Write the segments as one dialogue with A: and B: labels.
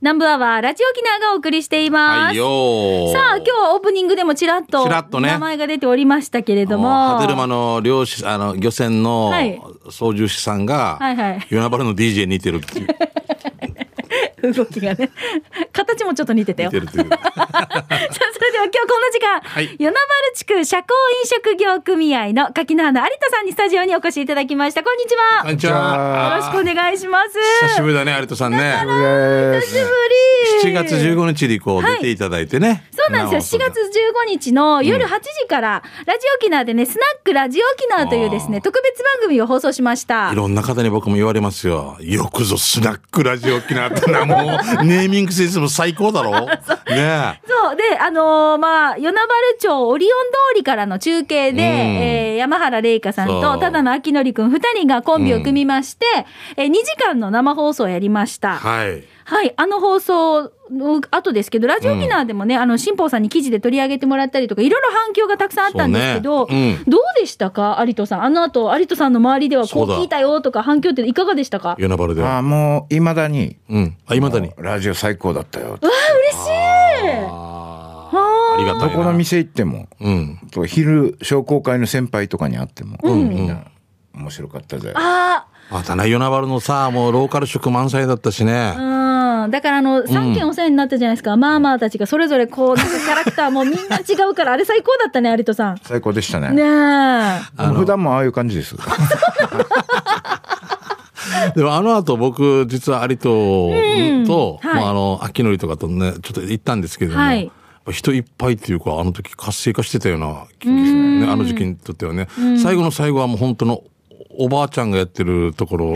A: 南部アワーラジオキナがお送りしていま
B: はい
A: す。
B: よー
A: さあ、今日はオープニングでもちらっと
B: ちらっとね
A: 名前が出ておりましたけれども。
B: あの歯車の漁師、あの、漁船の
A: はい
B: 操縦士さんが、
A: はいはい
B: 夜なばるの DJ に似てるっていう、
A: 動きがね。形もちょっと似てた
B: 似
A: よ。さ
B: てるっていう。
A: あ、それでは今日この時間、
B: はい
A: 与那原地区社交飲食業組合の柿の花有田さんにスタジオにお越しいただきました。こんにち
B: こん
A: は。
B: にちは。
A: よろしくお願いします。
B: 久しぶりだね、有田さんね。
A: 久しぶり。
B: 7月15日にこう
A: はい
B: 出ていただいてね。
A: そうなんですよ。4月15日の夜8時から、ラジオ沖縄でね、スナックラジオ沖縄というです
B: あ
A: ね、
B: ー
A: 特別番組を放送しました
B: い。ろんな方に僕も言われますよ。よくぞスナックラジオ沖縄ってな、もう、ネーミングセンスも最高 だろね
A: そう。で、あのーまあ、与那原町オリオン通りからの中継で、
B: うん
A: えー山原玲香さん
B: そ
A: と、
B: う
A: ただの秋典くん2人がコンビを組みまして、えー2時間の生放送をやりました。
B: え。
A: はい。
B: はい。
A: あの放送の後ですけど、ラジオ沖縄でもね、あの、新報さんに記事で取り上げてもらったりとか、いろいろ反響がたくさんあったんですけど、
B: そうねう
A: どうでしたか有戸さん。あの後、有戸さんの周りではこ
B: そう
A: う
B: だ
A: 聞いたよとか反響っていかがでしたか
B: 夜なばるでは。
C: あもう、いまだに、
B: うん。あ、今だに。
C: ラジオ最高だったよ。
A: あ
B: あーありがた
C: ど
B: いな。
C: この店行っても、
B: うん。
C: と昼、商工会の先輩とかに会っても、
A: ん
C: みんな、面白かったぜ。
A: あ
B: またね、与那原のさ、もうローカル色満載だったしね。
A: ーうん。だからあの、3件お世話になったじゃないですか。マーマーたちがそれぞれこう、なんかキャラクター もみんな違うから、あれ最高だったね、有戸さん。
C: 最高でしたね。
A: ねえ。
C: あの普段もああいう感 じです。
B: でもあの後僕、実は有
A: ん
B: 藤と、
A: はい
B: まああの、秋典とかとね、ちょっと行ったんですけども、
A: はい
B: やっぱ人いっぱいっていうか、あの時活性化してたような気がするね。あの時期にとってはね。最後の最後はもう本当のおばあちゃんがやってるところ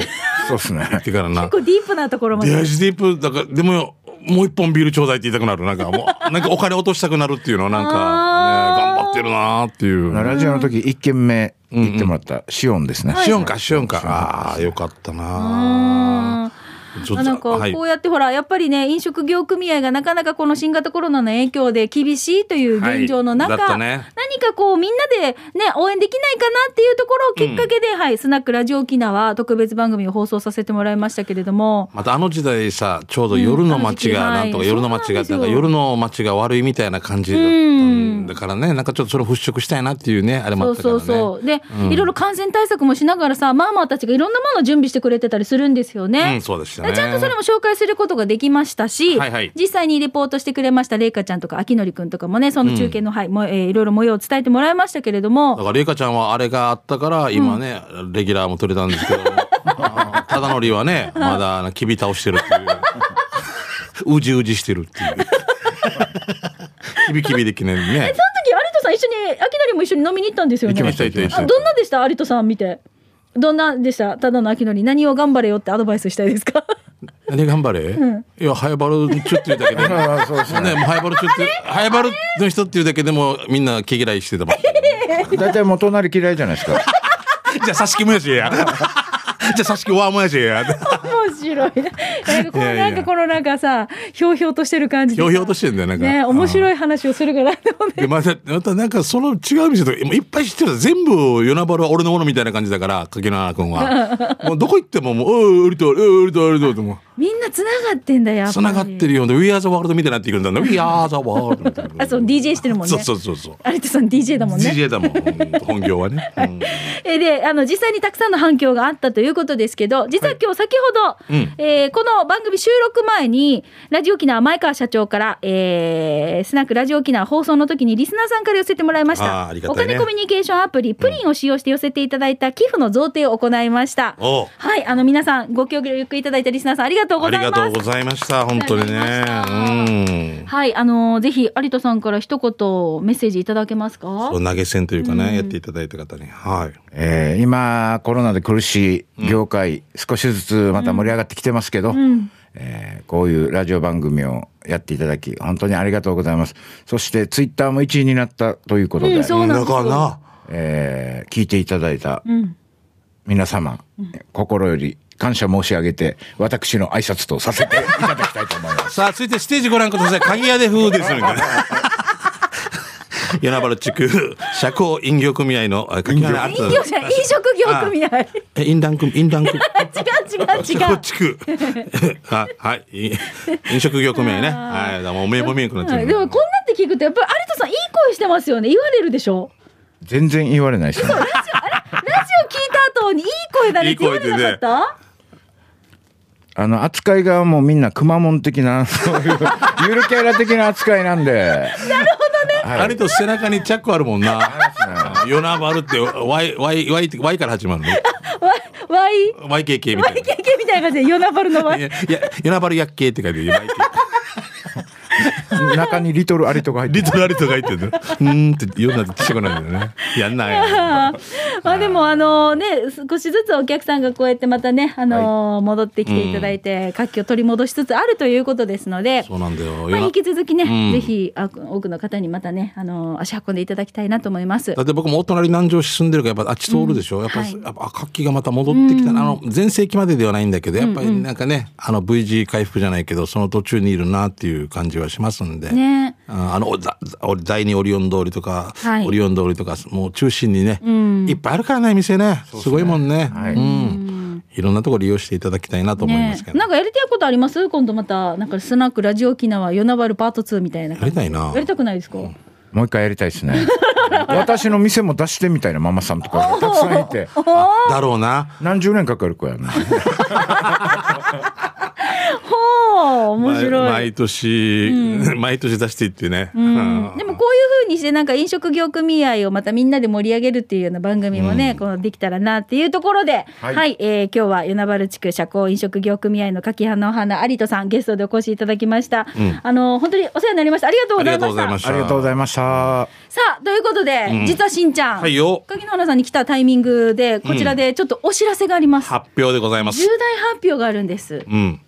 C: そうですね。
B: 行ってからな
A: 結。構ディープなところま
B: デア
A: で。
B: ジディープ、だから、でも、もう一本ビールちょうだいって言いたくなる。なんか、もう、なんかお金落としたくなるっていうのは、なんか、ね、
A: あー
B: 頑張ってるなーっていう。
C: ラジオの時、一軒目行ってもらった、シオンですね。
B: シオンか、シオンか。ああー、よかったな
A: あー
B: ーちょっと
A: あなんか
B: はい
A: こうやってほらやっぱりね飲食業組合がなかなかこの新型コロナの影響で厳しいという現状の中、
B: はいだったね
A: 何かこうみんなでね応援できないかなっていうところをきっかけで、はいスナックラジオ沖縄特別番組を放送させてもらいましたけれども
B: またあの時代さ、ちょうど夜の街
A: うんあ
B: が、
A: の
B: な
A: 時期
B: んとか
A: はい
B: 夜の街が、
A: そうんなんです
B: な
A: よ
B: か夜の街が悪いみたいな感じだった
A: うん
B: んだからね、なんかちょっとそれを払拭したいなっていうね、あれも
A: そう
B: あった
A: そ
B: から
A: う
B: ね。
A: そうで、いろいろ感染対策もしながらさマーマーたちがいろんなものを準備してくれてたりするんですよね。
B: うん、そうでした
A: だから
B: ね。
A: ちゃんとそれも紹介することができましたし、
B: はいはい
A: 実際にレポートしてくれました玲香ちゃんとか秋典くんとかもねその中継の、はいもうえーいろいろ模様を伝えてもらいましたけれども
B: だから、レイカちゃんはあれがあったから、今ね、レギュラーも取れたんですけど、 あーただのりはね、まだあの、きび倒してるって いう。うじうじしてるっていう。きびきびできないね。
A: その時有戸さん一緒に秋典も一緒に飲みに行ったんですよね
B: 行きました、行きました
A: あ。どんなでした有戸さん見てどんなでしたただの秋典何を頑張れよってアドバイスしたいです か
B: 何頑張れ、いや、ハイバルチュってい うだけで。
C: ああ、そうですね。
B: ね、もうハイバル中って、ハイバルの人っていうだけでもみんな毛嫌いしてた ばっかり
C: 大体もう隣嫌いじゃないですか。
B: じゃあ、さしきもやし や。じゃあ、さしきわもやしや。
A: 面白いななんかこの
B: いやいや
A: なんかこのなんかさひょうひょうとしてる感じ
B: ひ
A: で
B: ょうひょうとしてんだよ、なんか。
A: ね面白い話をするからでもね
B: でまた、またなんかその違う店とか、もういっぱい知ってる。全部、ヨナバルは俺のものみたいな感じだから、柿野君は。もうどこ行っても、もう、おう、売りと、おう、売りと、売りと、っても
A: みんなつながってんだよやっ
B: う、
A: ぱり
B: 繋がってるようで、We are the world みたいになってくるんだね。We are the world みたい な
A: あそう DJ してるもんね
B: そうそうそうそう。
A: 有田さん DJ だもんね
B: DJ だもん、本業はね。うん
A: えーで、あの、実際にたくさんの反響があったということですけど、実は今日先ほど、
B: うん
A: えーこの番組収録前に、ラジオ沖縄前川社長から、えースナックラジオ沖縄放送の時にリスナーさんから寄せてもらいまし
B: あー
A: た。
B: ありが
A: お
B: たいね
A: 金コミュニケーションアプリ、プリンを使用して寄せていただいた寄付の贈呈を行いました。
B: おう
A: はい、あの、皆さん、ご協力いただいたリスナーさんありがとうご
B: あ
A: ざ
B: り
A: いま
B: が
A: す
B: とう。ございました、本当にね。うん。
A: はい、あのぜひ、有田さんから一言メッセージいただけますか
B: 投げ銭というかね、やっていただいた方に。はい。
C: えー今、コロナで苦しい業界、少しずつまた盛り上がってきてますけど、えーこういうラジオ番組をやっていただき、本当にありがとうございます。そして、ツイッターも1位になったということで、
A: うんそうなんですよ
B: だか
C: えー聞いていただいた
A: うん。
C: 皆様、心より感謝申し上げて、私の挨拶とさせていただきたいと思いま す。
B: らさあ、続いてステージご覧ください。鍵屋で風ですみたいな。与那原地区社交飲料組合のあ柿原あ
A: 飲料じゃない飲食業組合違う
B: え飲団組飲団組
A: 違う違う
B: 地 区あはいい飲食業組合ねはいだからもう名簿見えなくなっちゃ
A: は
B: う
A: いでもこんなって聞くとやっぱり有田さんいい声してますよね言われるでし ょ
C: 全然言われないですね。
A: ラジオ聞いた後にいい声だねって言われなかった
C: あの、扱いがもうみんなくまモン的な、そういう、ゆるキャラ的な扱いなんで。
B: あれと背中にチャック あるもんな与那原って YYY から始まるの
A: わわい
B: YKK みたいな
A: YKK みたいな感じで与那原のわ
B: い
A: い
B: や、いや、ヨナバル薬系って書いてる。今
C: 中にリトルアリとか入って
B: リ
C: る。
B: トルアリと書いてる。うーんって、ようなってちっこないんだよね。やんない。
A: まあでもあのね少しずつお客さんがこうやってまたねあのー戻ってきていただいて活気を取り戻しつつあるということですので
B: そうなんだよ。
A: まあ、引き続きね、
B: うん
A: ぜひあ多くの方にまたね、あのー足運んでいただきたいなと思います
B: だ。って僕もお隣南城市住んでるからやっぱあっち通るでしょ、やっぱ、
A: はい
B: やっぱあ活気がまた戻ってきたな、あの全盛期までではないんだけどやっぱりなんかね、あの V 字回復じゃないけどその途中にいるなっていう感じはしますんで、
A: ね
B: ああのおざざお第二オリオン通りとか、
A: はい
B: オリオン通りとかもう中心にね、いっぱいあるからね店ねすごいもんね、
C: はい
B: うん、いろんなとこ利用していただきたいなと思いま
A: ね
B: すけど、
A: なんかやりたいことあります今度また、なんかスナックラジオ沖縄、与那原パート2みたいな
B: や
A: 感
B: り
A: じ。
B: たいな
A: やりたくないですか、
C: もう一回やりたいですね。 私の店も出してみたいなママさんとかがたくさんいて、
B: だろうな
C: 何十年かかる子やな。
A: ほう、面白い。
B: ま毎年、 毎年出していってね、うん
A: でもこういうふうにしてなんか飲食業組合をまたみんなで盛り上げるっていうような番組もね、このできたらなっていうところで、は、
C: はいい
A: えー今日は与那原地区社交飲食業組合の柿花お花有人さんゲストでお越しいただきました。あの本当にお世話になりました。ありがとうご
B: あり
A: ざい
B: が
A: ま
B: とう
A: し
B: ござ
A: た。
B: いました
C: ありがとうございました。
A: さあということで、実はしんちゃん、
B: はいよ
A: 柿花お花さんに来たタイミングでこちらでちょっとお知らせがあります。
B: 発表でございます
A: 重大発表があるんです。
B: うん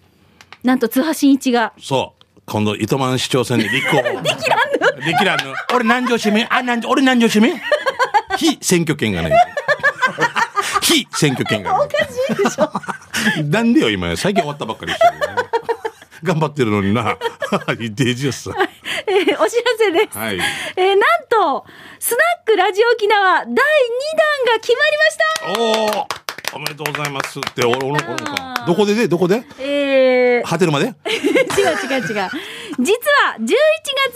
A: なんと津波真一が
B: そう。今度、糸満市長選で立候補。 できらんのできらんの。俺南城市民あ、南城、俺南城市 民非選挙権がない。非選挙権がない。おかしいでしょ。 なんでよ、今。最近終わったばっかりしてるよ。頑張ってるのにな。デジオスさん。
A: えーお知らせです。
B: はい
A: えーなんと、スナックラジオ沖縄第2弾が決まりました
B: おおおめでとうございますって、おおおおどこででどこで
A: えー
B: 果てるま で
A: 違う違う違う。実は11月6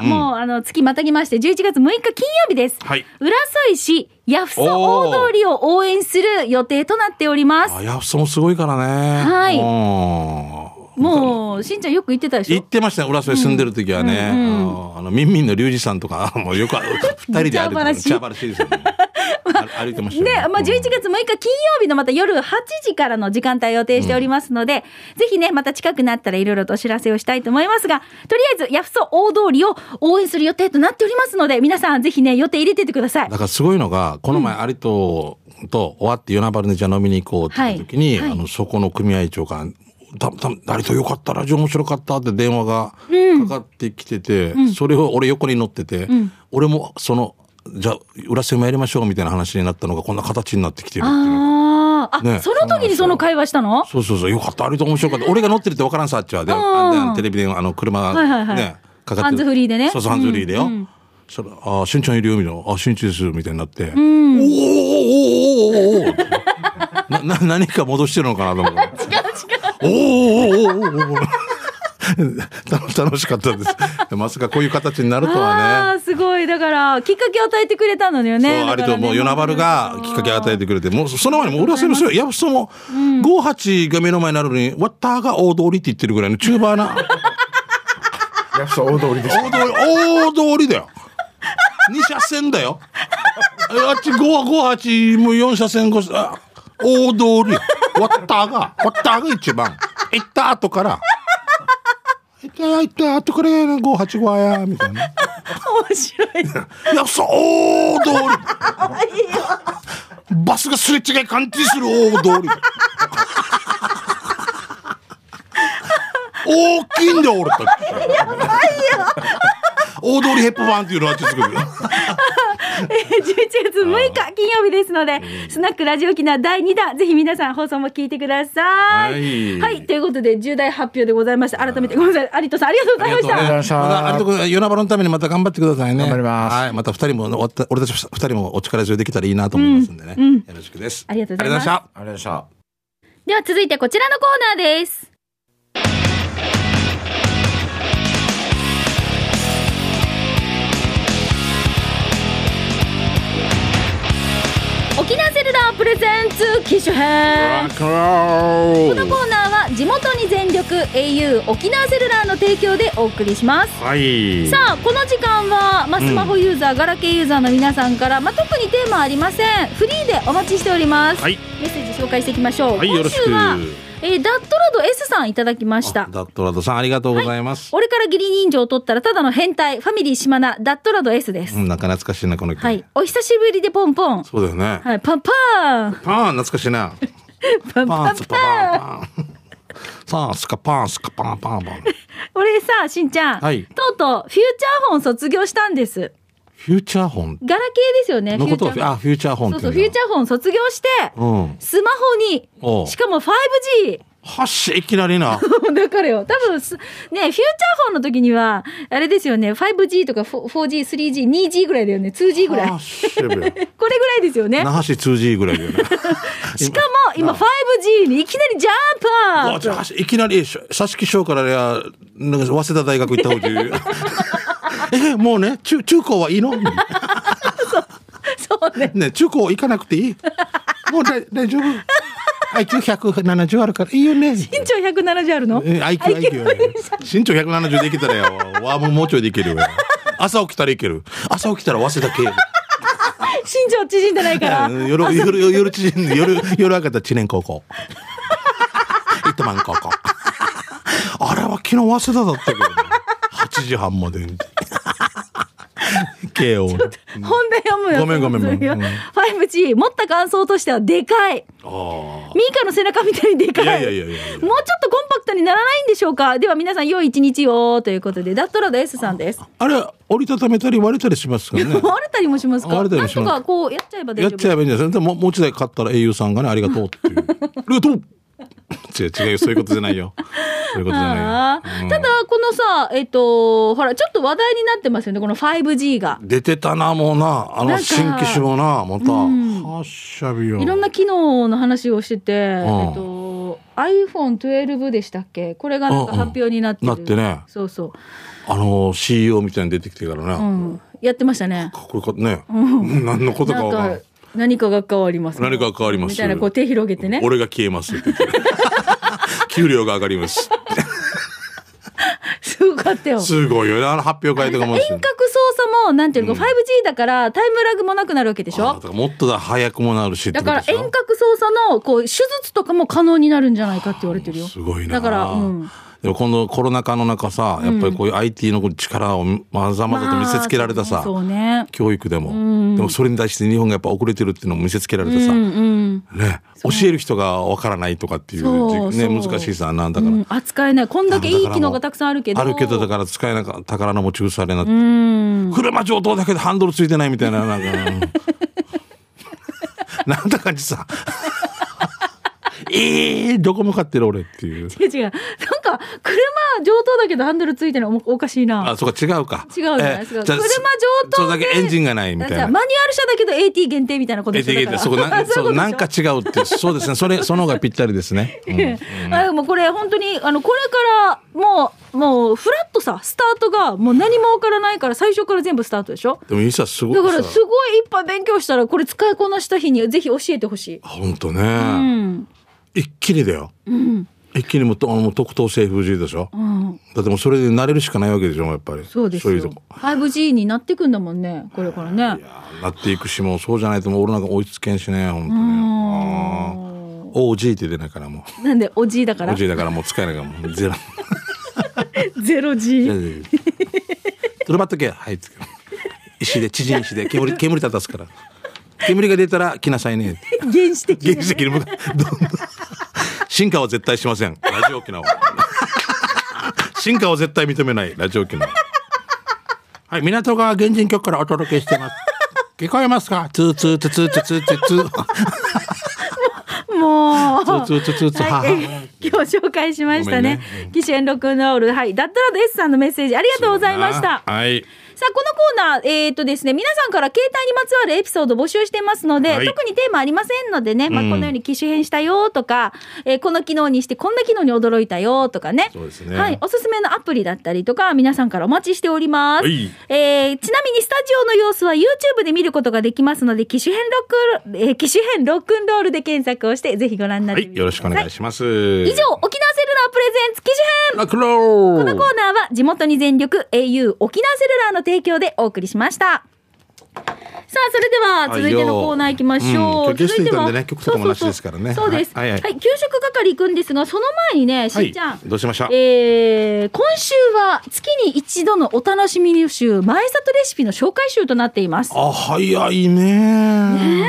A: 日、
B: ん
A: もうあの月またぎまして、11月6日金曜日です。
B: はい
A: 浦添市、八房大通りを応援する予定となっております。
B: あ、ヤフソもすごいからね。
A: はい
B: うん
A: もう、しんちゃんよく言ってたでし
B: 行
A: ょ
B: ってましたね浦添住んでる時はね、あのあのミンミンの龍二さんとか もうよくあ二人で歩いて
A: 茶話
B: 茶話ですよ ね、あ歩いてましたよ
A: ね、まあ、11月6日金曜日のまた夜8時からの時間帯を予定しておりますので、ぜひね、また近くなったらいろいろとお知らせをしたいと思いますが、とりあえず、ヤフソ大通りを応援する予定となっておりますので、皆さんぜひね、予定入れててください
B: だ。からすごいのがこの前有人と終わって与那原でじゃあ飲みに行こうって言った時に、
A: はいはい
B: あのそこの組合長が「たた有人よかったラジオ面白かった」って電話がかかってきてて、それを俺横に乗ってて、俺もその「じゃあ浦添もやりましょう」みたいな話になったのがこんな形になってきてるっていう
A: あーあ、
B: ね
A: その時にその会話したの
B: そうそうそう、よかった、あれと面白かった。 俺が乗ってるって分からんさ、あっちは。で、
A: ん
B: あテレビで、あの、車
A: はいはいは
B: が
A: い
B: ね、かかってる。
A: ハンズフリーでね
B: そうそう、ハンズフリーでよ。そしたら、あ、しんちゃんいるよ、みたいな。あ、しんちです、みたいになって。おーおーおーおーおーおーおーな、 な、何か戻してるのかなと思って。違う違う。おーおーおーおーおーお ー楽楽しかった です。まさかこういう形になるとは
A: あ
B: ね。
A: あー、すごい。だから、きっかけを与えてくれたのよね。
B: そう、
A: だ
B: あれ
A: から
B: と
A: ね
B: もう、与那原がきっかけを与えてくれて、もう、その前にもう、浦添の人、いや、その、58が目の前になるのに、ワッターが大通りって言ってるぐらいのチューバーな、
C: やっぱ大通りです。
B: 大通り、大通りだよ。2車線だよ。あっち5、5、8、もう4車線、5、あ大通り。ワッターが、ワッターが一番。行った後から、行った、行った後からやな、5、8、5や、みたいな。
A: 面白い。
B: いや、そう、大通り。バスがすれ違い感知する大通り。大きいんだよ、俺たち。 大通りヘップバーンっていうのはちょっと作る
A: 11月6日金曜日ですので、スナックラジオ機能第2弾、ぜひ皆さん放送も聞いてください。
B: はい
A: ということで、重大発表でございました。改めて、ごめんなさい。有田さん、ありがとうございました。
C: ありがとうございました
B: た。ありがとうございます。夜なばのためにまた頑張ってくださいね。
C: 頑張ります
B: はい。また二人も、おった俺たち二人もお力添えできたらいいなと思いますんでね。
A: うんうん
B: よろしくです。
A: ありがとうございます
B: ありがとう
C: あれでした。
A: では続いてこちらのコーナーです。沖縄セルラープレゼンツ機種編
B: ございました。
A: こ
B: ロ
A: のコーナーは地元に全力 au 沖縄セルラーの提供でお送りします
B: はい。
A: さあこの時間は、まあ、スマホユーザー、ガラケーユーザーの皆さんから、まあ、特にテーマはありませんフリーでお待ちしております、
B: はい
A: メッセージ紹介していきましょう、
B: はい、よ
A: 今
B: ろしく
A: 週。は、えーダットラド S さんいただきました
B: あダットラドさん、ありがとうございます。
A: 俺から義理人情を取ったらただの変態ファミリー島名ダットラド S です、
B: うん、なんか懐かしいな、この曲。
A: はい。お久しぶりでポンポン
B: そうだよね。
A: はいパンパーン
B: パーン、懐かしいな。
A: パンパン
B: パ
A: パ
B: ーン、
A: ン
B: スカパーン、 パーン。パーン、スカパーン、スカパーン、パーン、パーン。
A: 俺さしんちゃん、
B: はい
A: とうとうフューチャーホン卒業したんです
B: フューチャーホン
A: ガラケーですよね
B: のことを、
A: フューチャーホン
B: あ、フューチャーホン
A: そ
B: っ
A: うそフューチャーホン
B: ていうう
A: 卒業して、
B: ーうん。
A: スマホ
B: お
A: に
B: う
A: しかも 5G
B: はっし、いきなりな。
A: だからよ多分すねフューチャーホンの時にはあれですよね 5G とか 4G3G2G ぐらいだよね 2G ぐらい
B: はっし、ぶり。
A: これぐらいですよね
B: 那覇市 2G ぐらいだよ ね。
A: しかも今 5G にいきなりジャン
B: わ
A: プ
B: じゃあいきなり、し佐々木翔からや、なんか早稲田大学行った 方がいい。え、もうね、中、中高はいいの
A: そうね
B: ね、中高行かなくていいもうだい大丈夫 ?IQ170 あるからいいよね。
A: 身長170あるの
B: え IQ、IQ
A: は
B: よね。身長170でいけたらよ。わあ、もうもうちょいでいけるよ。朝起きたらいける。朝起きたら早稲田系。
A: 身長縮んでない から
B: うん夜、夜、夜、夜、知人夜、夜明けた知念高校。糸満高校。あれは昨日早稲田だったけど、ね、8時半まで。KO ね。
A: 本題読むよ
B: ごめんごめんごめん
A: そう
B: うん
A: 5G 持った感想としてはでかい
B: あ
A: ミカの背中みたいにでかい
B: いやいやいやいやいや
A: もうちょっとコンパクトにならないんでしょうかでは皆さん良い一日をということでダットラド S さんです
B: あ。あれ、折りたためたり割れたりしますからね。
A: 割れたりもしますか
B: 割れ
A: な
B: たりも
A: ん
B: し
A: と
B: ます
A: かこうやっちゃえば大
B: やっ
A: 丈
B: ちゃ
A: 夫
B: えばいいんじゃないですか。でも、もう一台買ったら英雄さんがね、ありがと うっていう。ありがとう違う違うよ、そういうことじゃないよ。そういうことじゃ
A: あ
B: ないよ。
A: ー
B: うん
A: ただこのさえっとほらちょっと話題になってますよねこの 5G が
B: 出てたな、もうな。
A: な
B: あ
A: ん
B: の
A: か
B: 新機種もな、また。
A: うん
B: はっしゃびよ。
A: いろんな機能の話をしてて、
B: ん
A: えっと iPhone12 でしたっけこれがなんか発表になってる、
B: うんうんなってね
A: そうそ
B: あの CEO みたいに出てきてから
A: う、う
B: ね、
A: ん、やってましたね
B: かっこよかったね、何のことか
A: なん
B: わか
A: か
B: らん
A: 何かが変わります
B: 何かが変わります
A: みたいなこう手広げてね
B: 俺が消えますって言って 給料が上がります
A: すごかったよ
B: すごいよねあの発表会とかも
A: 遠隔操作もなんていうのか、5G だからタイムラグもなくなるわけでし
B: あだ
A: ょ
B: からもっとだ早くもなるしって
A: だ
B: こと
A: から
B: でしょ
A: 遠隔操作のこう手術とかも可能になるんじゃないかって言われてるよ
B: すごいな
A: だから、うん、
B: でも今度コロナ禍の中さやっぱりこういう IT の力をまざまざと見せつけられたさ、
A: まあそうね
B: 教育でも、
A: ん
B: でもそれに対して日本がやっぱ遅れてるっていうのも見せつけられてさ、
A: うんうん
B: ね、教える人がわからないとかっていう
A: そう
B: ね
A: そう
B: 難しいさなんだ
A: う
B: から、
A: ん、扱えないこんだけいい機能がたくさんあるけど
B: あるけどだから使えなかった宝の持ち腐れになって、
A: うん
B: 車上等だけどハンドルついてないみたいなな ん かなんだかにさ ええどこ向かってる俺ってい
A: 違う
B: う
A: 違うなんか車上等だけどハンドルついてるのおおかしいな
B: あそうか違うか
A: 違うじゃないですか車上等で
B: それだけエンジンがないみたい
A: じゃあ
B: な
A: マニュアル車だけど AT 限定みたいなこと
B: え
A: でしょ
B: て
A: だか
B: て
A: ら
B: そこ な
A: そういう
B: そう
A: ことでしょ
B: なんか違うってそうですねそれその方がぴったりですね、うん
A: あもうこれ本当にあのこれからもうもうフラットさスタートがもう何もわからないから最初から全部スタートでしょ
B: でもいいさすごい
A: だ
B: さ
A: からすごいいっぱい勉強したらこれ使いこなした日にぜひ教えてほしい、
B: 本当ね、
A: うん
B: 一気にだよ、一気にもうとあのもう特等制風じでしょ、
A: うん、
B: だってもうそれで慣れるしかないわけでしょやっぱり
A: そうです
B: い
A: よ
B: うとこ
A: 5G になってくんだもんねこれからね
B: いやーなっていくしもうそうじゃないともう俺なんか追いつけんしね本当
A: う
B: ね
A: ん
B: あー OG って出ないからも
A: なんでおじいだか
B: う
A: ら
B: OG だからもう使えないからもうゼロ
A: ゼロ G
B: トルバットけはいつけ石で縮ん石で煙煙立たすから煙が出たら来なさいね
A: 原始的
B: 原始的に向かどんどん進化は絶対しませんラジオ沖縄進化は絶対認めないラジオ沖縄はい港川原人局からお届けしてます聞こえますかツーツーツーツーツーツーツーツー
A: もう。
B: ツーツーツーツーツー
A: はい
B: は
A: えー 今日紹介しましたね。
B: ごめんね
A: キシエンロックノール、はい。ダッドラド S さんのメッセージありがとうございました。
B: はい。
A: さあ、このコーナー、えーっとですね、皆さんから携帯にまつわるエピソード募集してますので、
B: はい
A: 特にテーマありませんのでね、まあ、このように機種変したよとか、えーこの機能にしてこんな機能に驚いたよとかね。
B: そうですね
A: はい。おすすめのアプリだったりとか、皆さんからお待ちしております。
B: はい
A: えーちなみにスタジオの様子は YouTube で見ることができますので、機種変ロック、えー機種変ロックンロールで検索をして、ぜひご覧になっ
B: は
A: てみてく
B: い。
A: だ
B: よろ
A: さい。
B: しくお願いします。
A: 以上、沖縄セルラープレゼンツ機種編
B: ラクロ
A: このコーナーは地元に全力 au 沖縄セルラーの提供でお送りしました。さあ、それでは続いてのコーナー行きましょう。
B: はいようん今日ゲストいたん
A: 続
B: でね
A: いては
B: 曲とかもなしですからね
A: そうそうそうそうです。は、
B: はいい
A: は
B: はいい
A: 給食係行くんですが、その前にね、しんちゃん。
B: どうしました
A: えー今週は月に一度のお楽しみ集、前里レシピの紹介集となっています。
B: あ、早いね。
A: え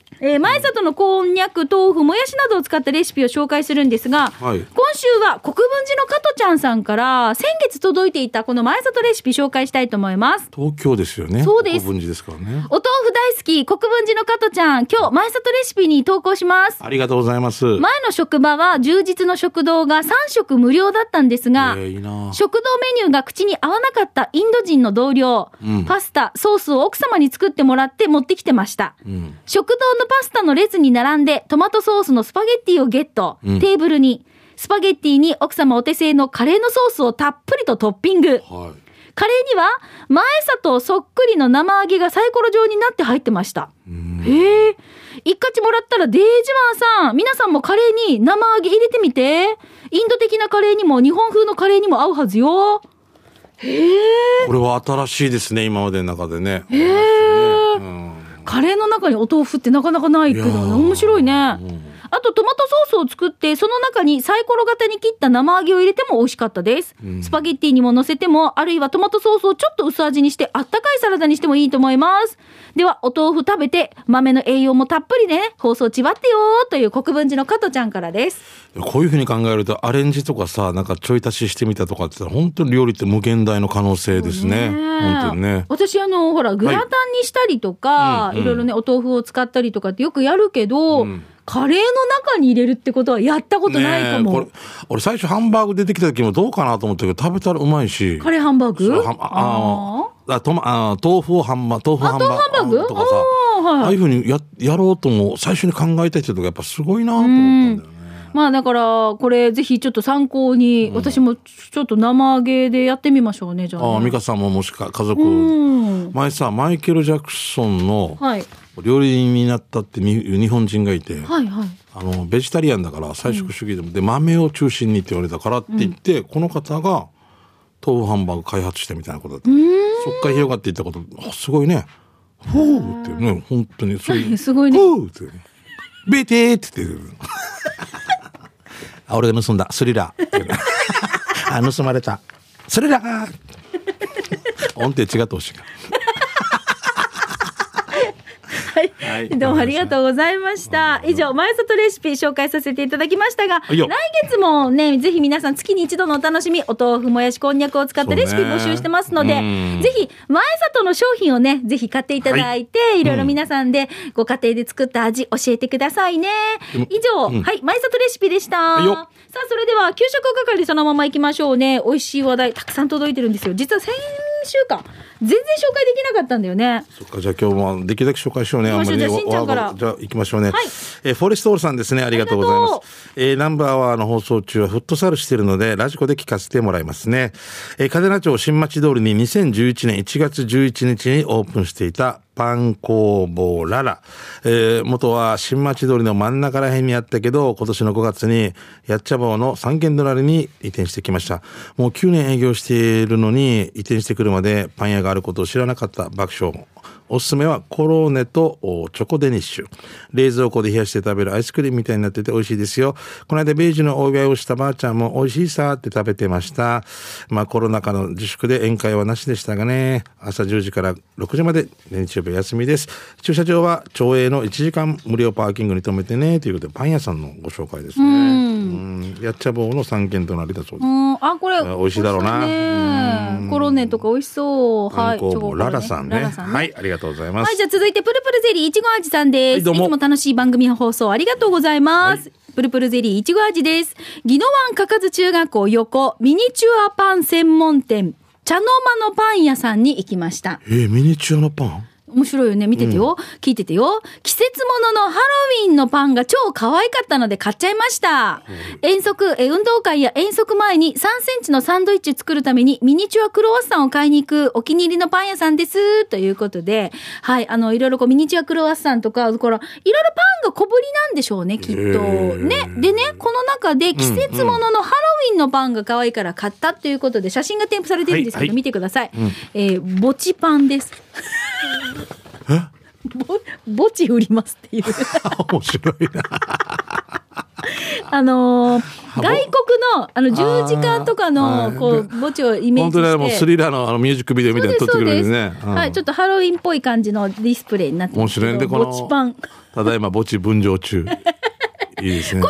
A: ー前里のこんにゃく、豆腐、もやしなどを使ったレシピを紹介するんですが、
B: はい
A: 今週は国分寺の加トちゃんさんから、先月届いていたこの前里レシピ紹介したいと思います。
B: 東京ですよね。
A: そうです
B: 国分寺ですからね。
A: お豆腐大好き、国分寺の加トちゃん、今日前里レシピに投稿します。
B: ありがとうございます。
A: 前の職場は充実の食堂が3食無料だったんですが、
B: えーいいな。
A: 食堂メニューが口に合わなかったインド人の同僚、
B: うん
A: パスタ、ソースを奥様に作ってもらって持ってきてました。
B: うん。
A: 食堂のパスタの列に並んでトマトソースのスパゲッティをゲット、
B: うん
A: テーブルにスパゲッティに奥様お手製のカレーのソースをたっぷりとトッピング
B: はい。
A: カレーには前里そっくりの生揚げがサイコロ状になって入ってました
B: うん
A: へえ一括もらったらデージワンさん皆さんもカレーに生揚げ入れてみてインド的なカレーにも日本風のカレーにも合うはずよ
B: これは新しいですね、今までの中でね。
A: へえ
B: うん
A: カレーの中にお豆腐ってなかなかないけどね
B: いやー
A: 面白いね
B: うん
A: あとトマトソースを作ってその中にサイコロ型に切った生揚げを入れても美味しかったです、
B: うん
A: スパゲッティにも乗せてもあるいはトマトソースをちょっと薄味にしてあったかいサラダにしてもいいと思いますではお豆腐食べて豆の栄養もたっぷりでね放送ちばってよーという国分寺の加トちゃんからです
B: こういうふうに考えるとアレンジとかさなんかちょい足ししてみたとかって言ったら本当に料理って無限大の可能性ですね。本当にね。
A: 私あのほらグラタンにしたりとか、
B: はい
A: い
B: うんう
A: ろ
B: ん
A: いろねお豆腐を使ったりとかってよくやるけど、
B: うん
A: カレーの中に入れるってことはやったことないか
B: ねえこ
A: も、
B: れ俺最初ハンバーグ出てきた時もどうかなと思ったけど食べたらうまいし。
A: カレーハンバーグ
B: そうハンあ
A: あー
B: ああとまあ豆腐をハンバ豆腐ハンバーグ
A: あ豆腐ハンバーグ
B: とかさ
A: あーはい
B: ああいうふうにややろうとも最初に考えた人とかやっぱすごいなと思ったんだよね。
A: まあだからこれぜひちょっと参考に私もちょっと生揚げでやってみましょうねじゃあね、
B: ああ美香さんももしか家族
A: うん
B: 前さマイケル・ジャクソンの
A: はい
B: 料理人になったってに日本人がいて。
A: はいはい
B: あのベジタリアンだから菜食主義でも、で豆を中心にって言われたからって言って、この方が豆腐ハンバーグ開発したみたいなことだったそっから広がっていったことあすごいねふうってね本当にそうい う
A: すごいね
B: ふうってねベテーって言ってるあ俺が盗んだスリラーって いうねあ盗まれたスリラー音程違ってほしいから
A: はい、
B: はい
A: どうもありがとうございました。以上、前里レシピ紹介させていただきましたが、
B: い
A: 来
B: よ
A: 月もね、ぜひ皆さん月に一度のお楽しみ、お豆腐、もやし、こんにゃくを使ったレシピ
B: そうね
A: 募集してますので、
B: うん
A: ぜひ、前里の商品をね、ぜひ買っていただいて、い、ろいろ皆さんでご家庭で作った味、教えてくださいね。
B: も
A: 以上、はい、前里レシピでした。
B: いよ
A: さあ、それでは、給食係そのまま行きましょうね。美味しい話題、たくさん届いてるんですよ。実は先週か、全然紹介できなかったんだよね。
B: そっか、じゃあ今日もできるだけ紹介しようね。
A: 行きましょう
B: ね。
A: じゃあしんちゃんから
B: わわじゃあ行きましょうね。
A: はい
B: えーフォレストオールさんですね。ありがとうございます。えーナンバーワーの放送中はフットサルしてるので、ラジコで聞かせてもらいますね。えー、嘉手納町新町通りに2011年1月11日にオープンしていたパン工房ララ。えー元は新町通りの真ん中ら辺にあったけど、今年の5月にやっちゃばおの三軒隣に移転してきました。もう9年営業しているのに移転してくるまでパン屋があることを知らなかった爆笑も。おすすめはコローネとおチョコデニッシュ。冷蔵庫で冷やして食べるアイスクリームみたいになってて美味しいですよ。この間ベージュのお祝いをしたばあちゃんも美味しいさって食べてました。まあコロナ禍の自粛で宴会はなしでしたがね。朝10時から6時まで日曜日は休みです。駐車場は町営の1時間無料パーキングに停めてね。ということでパン屋さんのご紹介ですね。うんやっちゃぼうの三軒隣だそうです
A: う。ん、あ、これ。
B: あ美味しいだろうな
A: 美味しそうねコロネとか美しそう。は
B: パ
A: い。
B: ン工
A: チョコ
B: 房
A: コロネ
B: ララさんね。
A: ララさんね
B: はい、ありががとうございます。
A: はい、じゃあ続いて、プルプルゼリーいちご味さんです。、
B: はいいどうも
A: つも楽しい番組放送ありがとうございます。プルプルゼリーいちご味です。宜野湾かかず中学校横、ミニチュアパン専門店、茶の間のパン屋さんに行きました。
B: えーミニチュアのパン
A: 面白いよね。見ててよ。聞いててよ。季節もののハロウィンのパンが超可愛かったので買っちゃいました。遠足、え運動会や遠足前に3センチのサンドイッチ作るためにミニチュアクロワッサンを買いに行くお気に入りのパン屋さんです。ということで、はい、あの、いろいろこうミニチュアクロワッサンとか、だから、いろいろパンが小ぶりなんでしょうね、きっと。
B: ー
A: ね。でね、この中で季節もののハロウィンのパンが可愛いから買ったということで、写真が添付されてるんですけ
B: はい
A: ど、
B: はい
A: 見てください。えー、ぼちパンです。ぼ墓地売りますっていう
B: 面白いな。
A: あのー外国のあの十字架とか
B: あ
A: の
B: ー
A: こう墓地をイメー
B: 本
A: ジ
B: 当
A: し
B: にあ
A: て
B: れもうスリラーのあのミュージックビデオみたいに撮ってくれるんですね。うん
A: はいちょっとハロウィンっぽい感じのディスプレイになって
B: 面白いねでこの
A: ぼちパンこれ
B: ただいま墓地分譲 中。いいですね。
A: 遊び心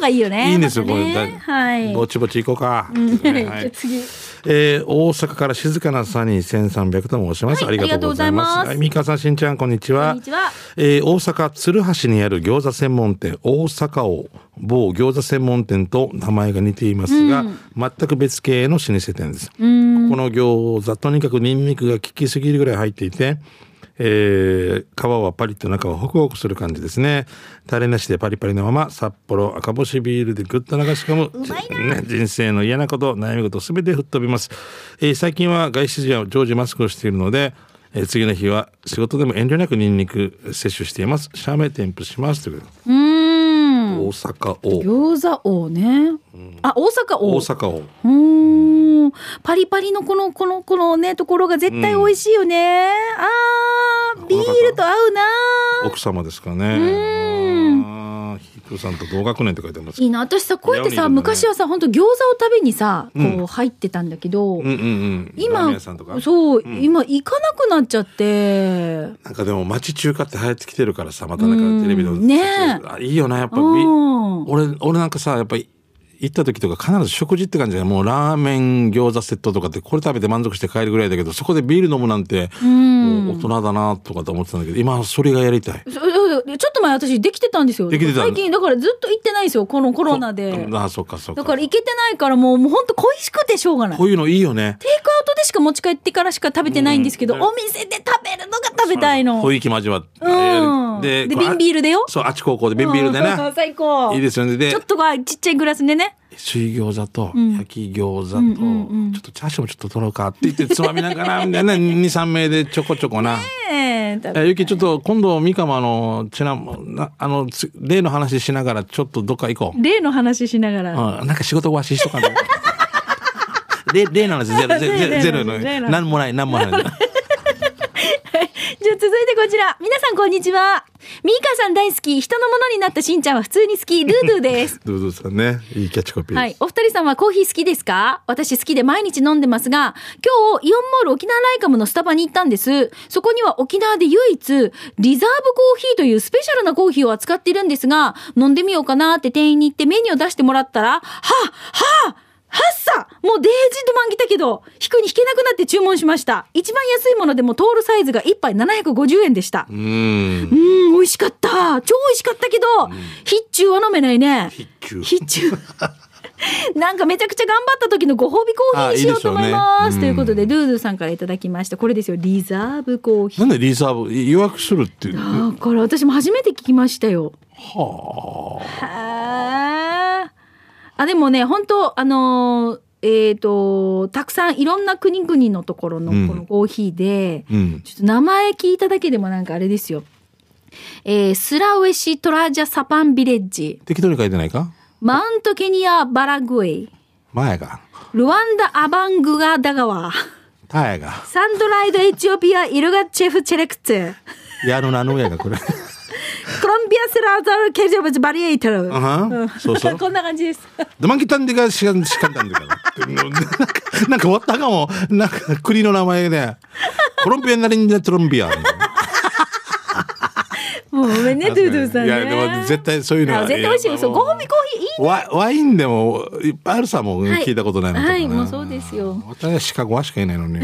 A: がいいよね
B: いいんですよ、
A: ま
B: こ
A: た
B: れ。
A: ね
B: だ
A: はい
B: ぼちぼち行こうか。
A: はい
B: は
A: じゃあ
B: い
A: 次
B: えー大阪から静かなサニー1300と申します。
A: はい
B: ありがとうございます。
A: あ
B: は
A: りがとうございます
B: い、三川さん、しんちゃん、こんにちは。
A: こんにちは
B: えー大阪鶴橋にある餃子専門店、大阪王、某餃子専門店と名前が似ていますが、全く別系の老舗店です。ここの餃子、とにかくニンニクが効きすぎるぐらい入っていて、えー皮はパリッと中はホクホクする感じですね。タレなしでパリパリのまま、札幌赤星ビールでぐっと流し込む。ね人生の嫌なこと、悩み事、すべて吹っ飛びます。えー最近は外出時は常時マスクをしているので、えー次の日は仕事でも遠慮なくニンニク摂取しています。シャーメ添付します。ということで
A: うーん
B: 大阪王。
A: 餃子王ねあ大阪王
B: 大阪王。
A: うーんパリパリのこのこのこのねところが絶対美味しいよね、あービールと合うな
B: 奥様ですかね。あーヒープーさんと同学年って書いてますけ
A: いいな私さこうやって
B: い
A: さ
B: やいいね
A: 昔はさ本当餃子を食べにさこう入ってたんだけど、
B: ど。うんうんうん。ラーメン
A: 今
B: 屋さんとか。
A: そう、今行かなくなっちゃって
B: なんかでも町中華って流行ってきてるからさ、またなんかテレビの。
A: うんねえ
B: あいいよな、やっぱ
A: う
B: び。
A: ん
B: 俺、俺なんかさ、やっぱり、行った時とか必ず食事って感じで、もうラーメン、餃子セットとかってこれ食べて満足して帰るぐらいだけど、そこでビール飲むなんて、もう大人だなとかと思ってたんだけど、今はそれがやりたい。
A: そそうちょっと前私できてたんですよ
B: できてたんだ
A: 最近だからずっと行ってないですよこのコロナで
B: ああ、そっかそっか。
A: だから行けてないからもうもう本当恋しくてしょうがない
B: こういうのいいよね。
A: テイクアウトでしか持ち帰ってからしか食べてないんですけど、お店で食べるのが食べたいの。
B: 雰囲気交わって。
A: うん
B: で、
A: で
B: こうあ
A: 瓶ビールでよ
B: そう、あちこちこうで瓶ビールで
A: うん
B: ね。
A: 最高。
B: いいですよね。で
A: ちょっ、とこうちっちゃいグラスでね。
B: 水餃子と焼き餃子と、ちょっとチャーシューもちょっと取ろうかって言ってつまみながら、み たいな、2、3名でちょこちょこな。
A: ええ食べ
B: えーゆきちょっと今度みかもあのちななあのつ例の話しながらちょっとどっか行こう、うん、
A: 例の話しながら。
B: なんか仕事ごわししとか ね例例の話ゼロゼロゼロゼロの
A: 例の話
B: 何もない何もない
A: じゃあ続いてこちら。皆さんこんにちは。ミーカーさん大好き。人のものになったしんちゃんは普通に好き。ルードゥです。
B: どうぞさんねいいキャッチコピー、
A: はい。お二人さんはコーヒー好きですか私好きで毎日飲んでますが、今日、イオンモール沖縄ライカムのスタバに行ったんです。そこには沖縄で唯一、リザーブコーヒーというスペシャルなコーヒーを扱っているんですが、飲んでみようかなって店員に行ってメニューを出してもらったら、はっはっはっさもうデージドマンギたけど、引くに引けなくなって注文しました。一番安いものでもトールサイズが1杯750円でした。
B: うー
A: う
B: ん
A: ん、美味しかった。超美味しかったけど、必中は飲めないね。
B: 必中
A: 必中。 なんかめちゃくちゃ頑張った時のご褒美コーヒーにしようと思います。
B: あいいでしょうねうん
A: ということで、ルーズさんからいただきました。これですよ、リザーブコーヒ
B: な
A: ー。
B: んでリザーブ予約するっていうは
A: だから私も初めて聞きましたよ。
B: あ
A: へーあ、でもね、本当あのーえっ、と、たくさんいろんな国々のところ
B: う
A: の
B: ん
A: このコーヒーで、
B: うん
A: ちょっと名前聞いただけでもなんかあれですよ。えースラウェシトラジャサパンビレッジ、
B: 適当に書いてないか
A: マウントケニアバラグエイ、
B: 前が
A: ルワンダ・アバングガ・ダガワ、
B: タヤが
A: サンドライド・エチオピア・イルガチェフ・チェレクツェ、
B: やるなのやがこれ
A: コロンビア・セラーザル・ケジャブズ・バリエイトル。
B: うんはん
A: うん
B: そうそ う
A: こんな感じです。
B: ドマンキタンディがしかしかんだんだから。なんかなんか終わったかも。なんか国の名前で。コロンビアになりんじゃトロンビア。
A: もうごめんね、ドゥドゥさん、ね。
B: いやでも絶対そういうのは
A: あ絶対美味しい
B: い
A: よ。
B: や
A: そう、ご褒美コーヒーいい
B: ワワインでもいっぱいあるさもう
A: はい
B: 聞いたことないのとかね
A: はいもうそうですよ
B: 私はシカゴはしかいないのに。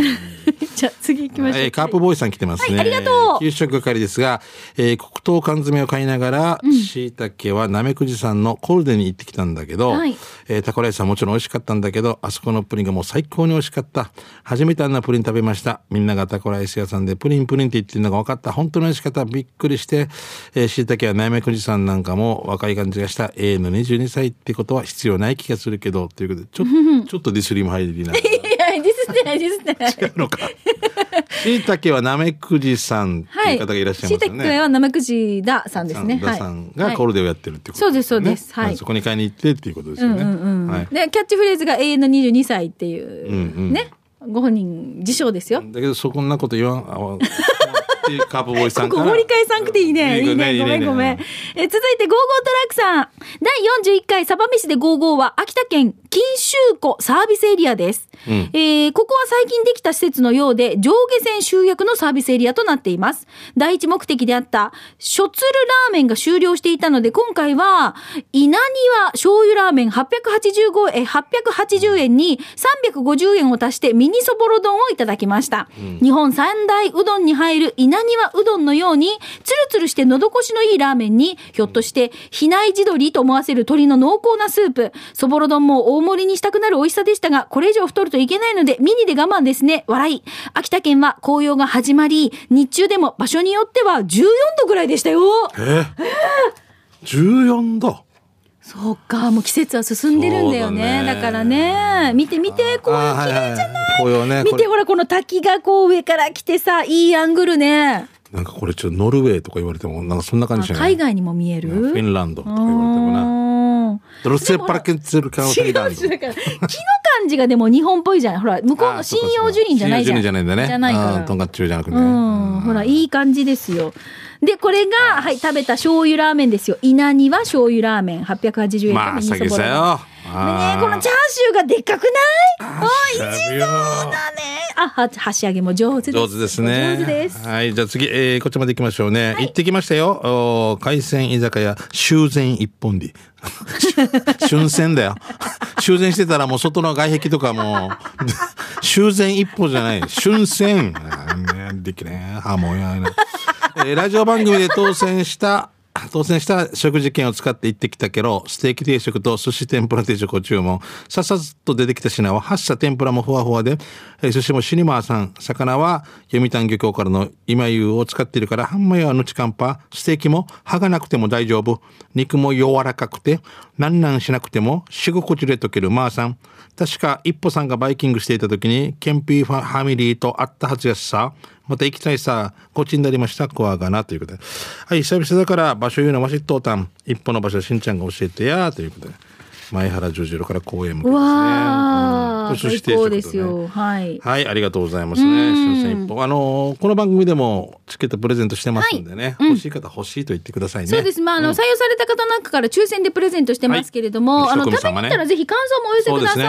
A: じゃあ次行きましょう。
B: えーカープボーイさん来てますね。
A: はいありがとう
B: 給食係ですが、えー黒糖缶詰を買いながら、椎茸はなめくじさんのコールデンに行ってきたんだけど、
A: はい
B: えータコライスはもちろん美味しかったんだけど、あそこのプリンがもう最高に美味しかった。初めてあんなプリン食べました。みんながタコライス屋さんでプリンプリンって言ってるのが分かった。本当に美味しかった。びっくりして、えー、椎茸はなめくじさんなんかも若い感じがした。永遠の22歳ってことは必要ない気がするけど、ということで、ちょ ちょっとディスリーも入りながら。
A: いや、ディスってない、ディスってない。
B: のか。椎茸はなめくじさんっていう方がいらっしゃいますよ
A: 椎茸
B: ね。
A: は生くじださんですね。
B: さん田さんがコールデンをやってるってことよ
A: そう
B: ね、
A: ですそうですはい
B: まあそこに買いに行ってっていうことですよね。
A: うんうんうん
B: はい。
A: でキャッチフレーズが永遠の22歳っていう、
B: うんうん
A: ねご本人自称ですよ。
B: だけどそこんなこと言わん。あわっていうカープボーイさ
A: こ
B: んか
A: こ
B: ら。
A: ごり返さんくていいね。いいね。ごめんごめん。えー続いて、ゴーゴートラックさん。第41回サバ飯でゴーゴーは秋田県錦州湖サービスエリアです。
B: うん
A: えーここは最近できた施設のようで、上下線集約のサービスエリアとなっています。第一目的であった、ショツルラーメンが終了していたので、今回は、稲庭醤油ラーメン885えー880円に350円を足してミニそぼろ丼をいただきました。日本三大うどんに入る稲庭うどんのように、つるつるして喉越しのいいラーメンに、ひょっとして、比内地鶏と思わせる鶏の濃厚なスープ、そぼろ丼も大盛りにしたくなる美味しさでしたが、これ以上太るといけないので、ミニで我慢ですね。笑い。秋田県は紅葉が始まり、日中でも場所によっては14度ぐらいでしたよ。
B: えー、14度。
A: そうか、もう季節は進んでるんだよね。
B: そうだね
A: だからね、見て見て、紅葉綺麗じゃない、
B: い紅葉ね。
A: 見
B: これ
A: てほら、この滝がこう上から来てさ、いいアングルね。
B: なんかこれちょっとノルウェーとか言われても、なんかそんな感じじゃない
A: 海外にも見える。
B: フィンランドとか言われてもな。
A: な。
B: ドロッセパラケンツェルカンフィ
A: 違う
B: ンランド
A: 違うだから木の感じがでも日本っぽいじゃないほら向こうの信用樹林じゃないじゃん
B: 信用樹林じゃないんだね。
A: じゃないか
B: うん
A: ら
B: とんかっちゅうじゃなくてね。
A: うん、ほら、いい感じですよ。で、これが、はい、食べた醤油ラーメンですよ。稲庭醤油ラーメン、880円。
B: まあ、
A: そぼ
B: 先
A: ろ
B: さよ。
A: ねえこのチャーシューがでっかくないおい、
B: 一度
A: だね。あ、は、箸上げも上手です。
B: 上手ですね。
A: 上手です。
B: はい、じゃあ次、えー、こっちまで行きましょうね。行ってきましたよ。おー海鮮居酒屋、修繕一本で。春戦だよ。修繕してたらもう外の外壁とかもう、修繕一歩じゃない。春戦。あーねできねえ。あーもうやな。えーラジオ番組で当選した、当選した食事券を使って行ってきたけど、ステーキ定食と寿司天ぷら定食を注文。さっさっと出てきた品は、発射天ぷらもふわふわで、えー寿司もシニマーさん、魚は読谷漁協からの今湯を使っているから、半枚はぬちかんぱ、ステーキも歯がなくても大丈夫。肉も柔らかくて、なんなんしなくても、しごこちで溶けるマーさん。確か、一歩さんがバイキングしていた時に、ケンピーファミリーと会ったはずやしさ。また行きたいさ、こっちになりました、コアがな、ということで。はい、久々だから、場所言うのわしっとうたん。一歩の場所、しんちゃんが教えてや、ということで。前原十字路から公園向け
A: う
B: ですね。
A: わー、
B: うん
A: 最高ですよ。。はい。
B: はい、ありがとうございますね。新鮮一本。あのーこの番組でもチケットプレゼントしてますんでね。欲しい方欲しいと言ってくださいね。
A: そうです。まあ、あの、採用された方の中から抽選でプレゼントしてますけれども、
B: はい
A: あの、
B: 一
A: 食
B: 組
A: べに行
B: 様ね
A: ったらぜひ感想もお寄せ
B: そう
A: く
B: で
A: だ
B: す
A: さい。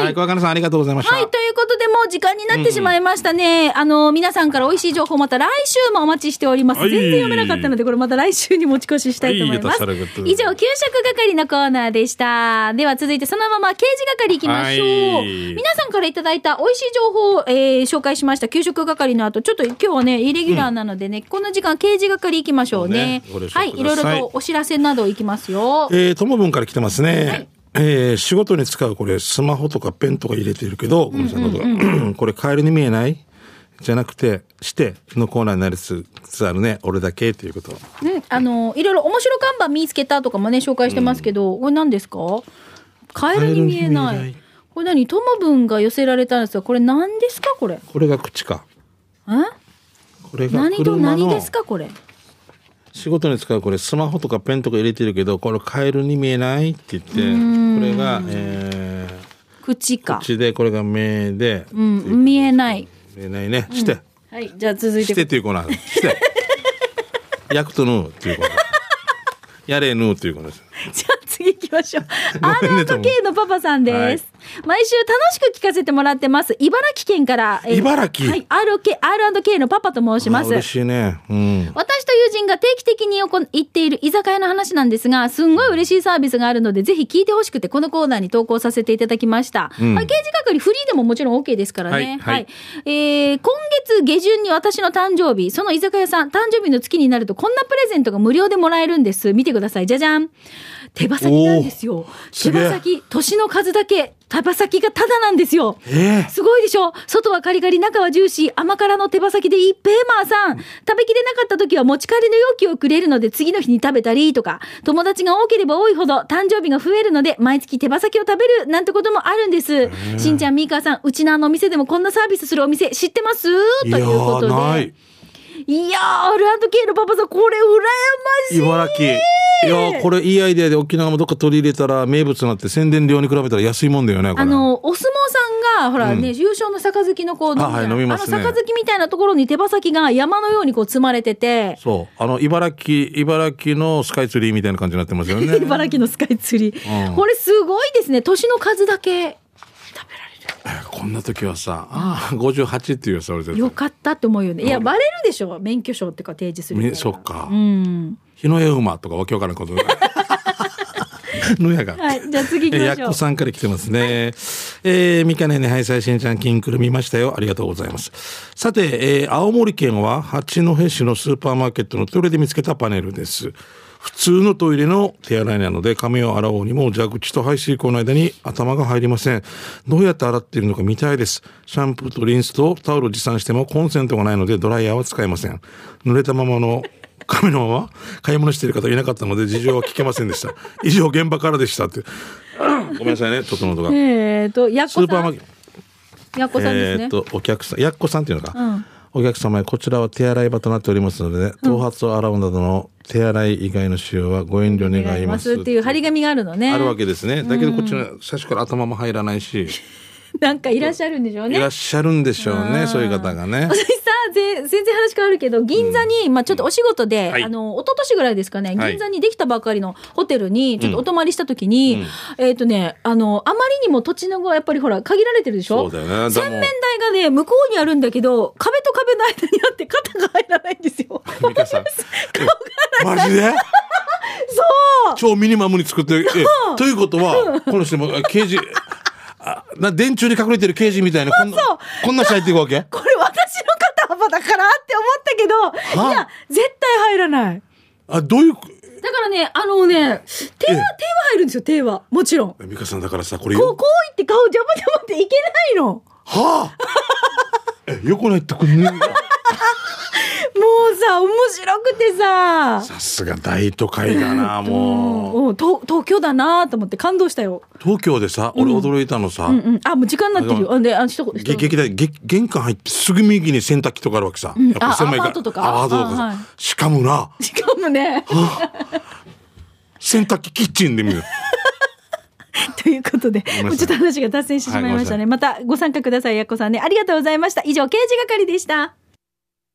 B: ね。はい、小若菜さんありがとうございました。
A: はい、ということで、もう時間になってしまいましたね。あの、皆さんから美味しい情報また来週もお待ちしております。
B: はい
A: 全然読めなかったので、これまた来週に持ち越ししたいと思います。
B: はいよかった
A: 以上、給食係のコーナーでした。では続いて、そのまま刑事係行きましょう。
B: はい
A: 皆さんからいただいた美味しい情報を、えー紹介しました。給食係の後、ちょっと今日はね、イレギュラーなのでね、この時間、刑事係行きましょうね。
B: そうねご了承
A: はい、
B: く
A: い
B: だ
A: ろ
B: さ
A: い
B: い
A: ろとお知らせなど行きますよ。
B: えー、ともぶんから来てますね。えー仕事に使うこれ、スマホとかペンとか入れてるけど、ごめんなさい、喉が これカエルに見えないじゃなくて、してのコーナーになりつつあるね。俺だけということ。
A: ね、あの、いろいろ面白看板見つけたとかもね、紹介してますけど、これ何ですかカエルに見えな
B: カエルに見えないい。
A: これ何ともぶんが寄せられたんですが、これ何ですかこれ。
B: これが口か。
A: え
B: これが
A: 何と
B: 車
A: 何
B: の
A: ですかこれ。
B: 仕事に使うこれスマホとかペンとか入れてるけどこれカエルに見えないって言ってこれが、え
A: 口
B: ー、
A: か。
B: 口でこれが目で
A: うん、見えない。
B: 見えないねして、
A: はい、じゃあ続い
B: して
A: て。
B: っていうコーナーして ヤクトヌーっていうコーナーやれヌーっていうコーナーです
A: じゃあ次行きましょう。ア
B: ごめんね
A: ーノート K のパパさんです。毎週楽しく聞かせてもらってます。茨城県から。えー
B: 茨城
A: はい。RK R&K のパパと申しま
B: あ
A: す。
B: 嬉しいね。うん。
A: 私と友人が定期的に行っている居酒屋の話なんですが、すんごい嬉しいサービスがあるので、ぜひ聞いてほしくて、このコーナーに投稿させていただきました。
B: ん
A: パッケージ係フリーでももちろん OK ですからね。
B: はいはい
A: えー今月下旬に私の誕生日、その居酒屋さん、誕生日の月になると、こんなプレゼントが無料でもらえるんです。見てください。じゃじゃん。手羽先なんですよ。手
B: すげえ
A: 羽先、年の数だけ、手羽先がタダなんですよ。
B: ええ
A: すごいでしょ外はカリカリ、中はジューシー、甘辛の手羽先でいい、ペーマーさん。食べきれなかった時は持ち帰りの容器をくれるので、次の日に食べたりとか、友達が多ければ多いほど、誕生日が増えるので、毎月手羽先を食べる、なんてこともあるんです。しんちゃん、みーかーさん、うちのあのお店でもこんなサービスするお店知ってますと
B: い
A: いう
B: や
A: こと
B: ーな
A: で
B: い。。
A: いやー、R&K のパパさん、これ羨ましい。
B: 茨城。いやーこれいいアイデアで沖縄もどっか取り入れたら名物になって宣伝料に比べたら安いもんだよねこれ
A: あの、お相撲さんが、ほらね、優勝の杯のこう、飲むじゃん
B: あはい飲みますね
A: あの杯みたいなところに手羽先が山のようにこう積まれてて、
B: そうあの茨城茨城のスカイツリーみたいな感じになってますよね
A: 茨城のスカイツリー、
B: うん
A: これすごいですね年の数だけ食べられ
B: こんな時はさああ58っていうよそれ絶
A: るよ
B: 対
A: かったって思うよねいやバレるでしょ免許証っていうか提示するから
B: ねそっか
A: うん
B: 日の絵馬とかわけわからんこと のやが
A: はいじゃあ次行き
B: え
A: ま
B: やっ
A: しょ
B: こ
A: う
B: さんから来てますね。えー、みかねねはいさいしんちゃん、金くるみましたよ。ありがとうございます。さて、えー青森県は八戸市のスーパーマーケットのトイレで見つけたパネルです。普通のトイレの手洗いなので、髪を洗おうにも蛇口と排水口の間に頭が入りません。どうやって洗っているのか見たいです。シャンプーとリンスとタオルを持参してもコンセントがないのでドライヤーは使えません。濡れたままの紙のまま買い物している方いなかったので事情は聞けませんでした。以上現場からでしたって。ごめん なさいね、ととのとが。
A: えーとやっ
B: ス
A: こ
B: ーパー
A: さ
B: マー
A: ん
B: ケット。
A: やっこさんです
B: えー
A: ね
B: っと、お客さん、やっこさんっていうのか。
A: うん
B: お客様へこちらは手洗い場となっておりますので、ね、頭髪を洗うなどの手洗い以外の使用はご遠慮願
A: 願
B: い
A: いま
B: ますす。
A: っていう張り紙があるのね
B: あるわけですね。だけどこっちの最初から頭も入らないし、
A: なんかいらっしゃるんでしょう
B: い
A: ね
B: らっしゃるんでしょうね、そういう方 がね。
A: 私さぜ全然話変わるけど銀座に、まあ、ちょっとお仕事で、
B: はい
A: あの一昨年ぐらいですかね
B: はい
A: 銀座にできたばかりのホテルにちょっとお泊まりした時に、えっ、とねあのあまりにも土地のはやっぱりほら限られてるでし
B: そ
A: ょ
B: うだよね。
A: 洗面台がね向こうにあるんだけど壁と壁の間にあって肩が入らないんですよ。
B: も、ミ カさん。マジで
A: そう
B: 超ミニマムに作って る。えということは、この人も、あケージ、あな電柱に隠れてるケージみたいな、こんな、こんな人入っていくわけ
A: これ私の肩幅だからって思ったけど
B: はい
A: や絶対入らない。
B: あ、どういう、
A: だからねあのね手は手は入るんですよ手はもちろん。
B: 美香さんだからさ、これ、
A: こ
B: よ
A: う、こう言って顔ジャバジャバっていけないの。も
B: はあえ、横に入ってくんね。
A: うさ、面白くてさ。
B: さすが大都会だな、もう。
A: うん、東東京だなと思って感動したよ。
B: 東京でさ、俺驚いたのさ
A: うん、うん。あ、もう時間になってるよ。あ、で、あ、一言。
B: げ劇団、げ玄関入ってすぐ右に洗濯機とかあるわけさ。
A: ん
B: やっぱり狭い
A: あア
B: か
A: パートと
B: ら。
A: か
B: アパートとか
A: あはい
B: さ。しかもな、
A: しかもね。
B: 洗濯機キッチンで見る。
A: ということで、
B: んなさい
A: もうちょっと話が脱線してしまいました
B: は
A: ね。またご参加ください、やっこさんね。ありがとうございました。以上、刑事係でした。